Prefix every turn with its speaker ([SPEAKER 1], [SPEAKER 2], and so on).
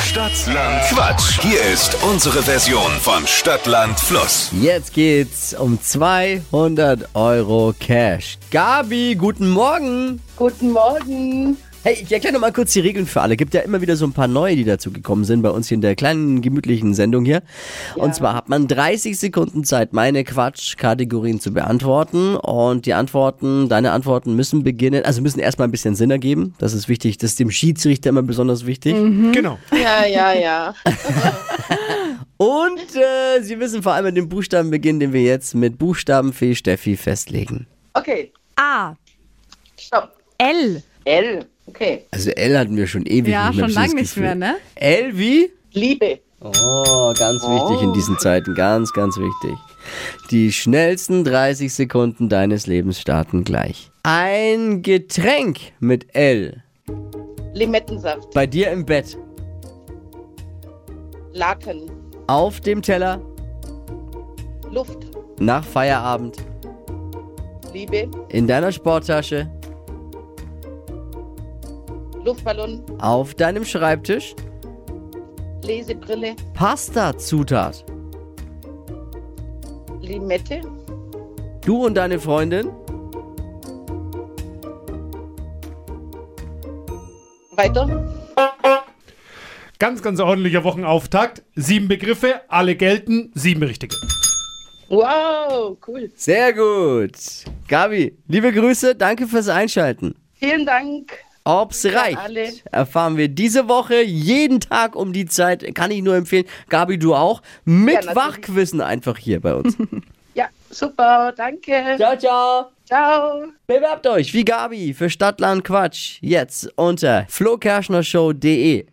[SPEAKER 1] Stadtland Quatsch. Hier ist unsere Version von Stadtland Fluss.
[SPEAKER 2] Jetzt geht's um 200 Euro Cash. Gabi, guten Morgen.
[SPEAKER 3] Guten Morgen.
[SPEAKER 2] Hey, ich erkläre nochmal kurz die Regeln für alle. Gibt ja immer wieder so ein paar neue, die dazu gekommen sind bei uns hier in der kleinen, gemütlichen Sendung hier. Und zwar hat man 30 Sekunden Zeit, meine Quatschkategorien zu beantworten. Und die Antworten, deine Antworten müssen beginnen, also müssen erstmal ein bisschen Sinn ergeben. Das ist wichtig. Das ist dem Schiedsrichter immer besonders wichtig.
[SPEAKER 4] Genau.
[SPEAKER 3] Ja, ja, ja.
[SPEAKER 2] Und äh, Sie müssen vor allem mit dem Buchstaben beginnen, den wir jetzt mit Buchstabenfee Steffi festlegen.
[SPEAKER 3] Okay,
[SPEAKER 5] A.
[SPEAKER 3] stopp.
[SPEAKER 5] L.
[SPEAKER 3] L. Okay.
[SPEAKER 2] Also L hatten wir schon ewig
[SPEAKER 5] Ja,
[SPEAKER 2] nicht mehr. hab
[SPEAKER 5] schon
[SPEAKER 2] ich
[SPEAKER 5] lange
[SPEAKER 2] das
[SPEAKER 5] nicht
[SPEAKER 2] Gefühl.
[SPEAKER 5] mehr, ne?
[SPEAKER 2] L wie?
[SPEAKER 3] Liebe.
[SPEAKER 2] Oh, ganz wichtig in diesen Zeiten, ganz, ganz wichtig. Die schnellsten 30 Sekunden deines Lebens starten gleich. Ein Getränk mit L.
[SPEAKER 3] Limettensaft.
[SPEAKER 2] Bei dir im Bett.
[SPEAKER 3] Laken.
[SPEAKER 2] Auf dem Teller.
[SPEAKER 3] Luft.
[SPEAKER 2] Nach Feierabend.
[SPEAKER 3] Liebe.
[SPEAKER 2] In deiner Sporttasche.
[SPEAKER 3] Luftballon.
[SPEAKER 2] Auf deinem Schreibtisch.
[SPEAKER 3] Lesebrille.
[SPEAKER 2] Pasta-Zutat.
[SPEAKER 3] Limette.
[SPEAKER 2] Du und deine Freundin.
[SPEAKER 3] Weiter.
[SPEAKER 4] Ganz, ganz ordentlicher Wochenauftakt. Sieben Begriffe, alle gelten, sieben richtige.
[SPEAKER 3] Wow, cool.
[SPEAKER 2] Sehr gut. Gabi, liebe Grüße, danke fürs Einschalten.
[SPEAKER 3] Vielen Dank.
[SPEAKER 2] Ob's reicht,
[SPEAKER 3] alle.
[SPEAKER 2] erfahren wir diese Woche jeden Tag um die Zeit. Kann ich nur empfehlen. Gabi, du auch. Mit
[SPEAKER 3] natürlich.
[SPEAKER 2] Wachquissen einfach hier bei uns.
[SPEAKER 3] Ja, super. Danke.
[SPEAKER 2] ciao, ciao.
[SPEAKER 3] Ciao.
[SPEAKER 2] Bewerbt euch wie Gabi für Stadtland Quatsch. Jetzt unter flokerschnershow.de.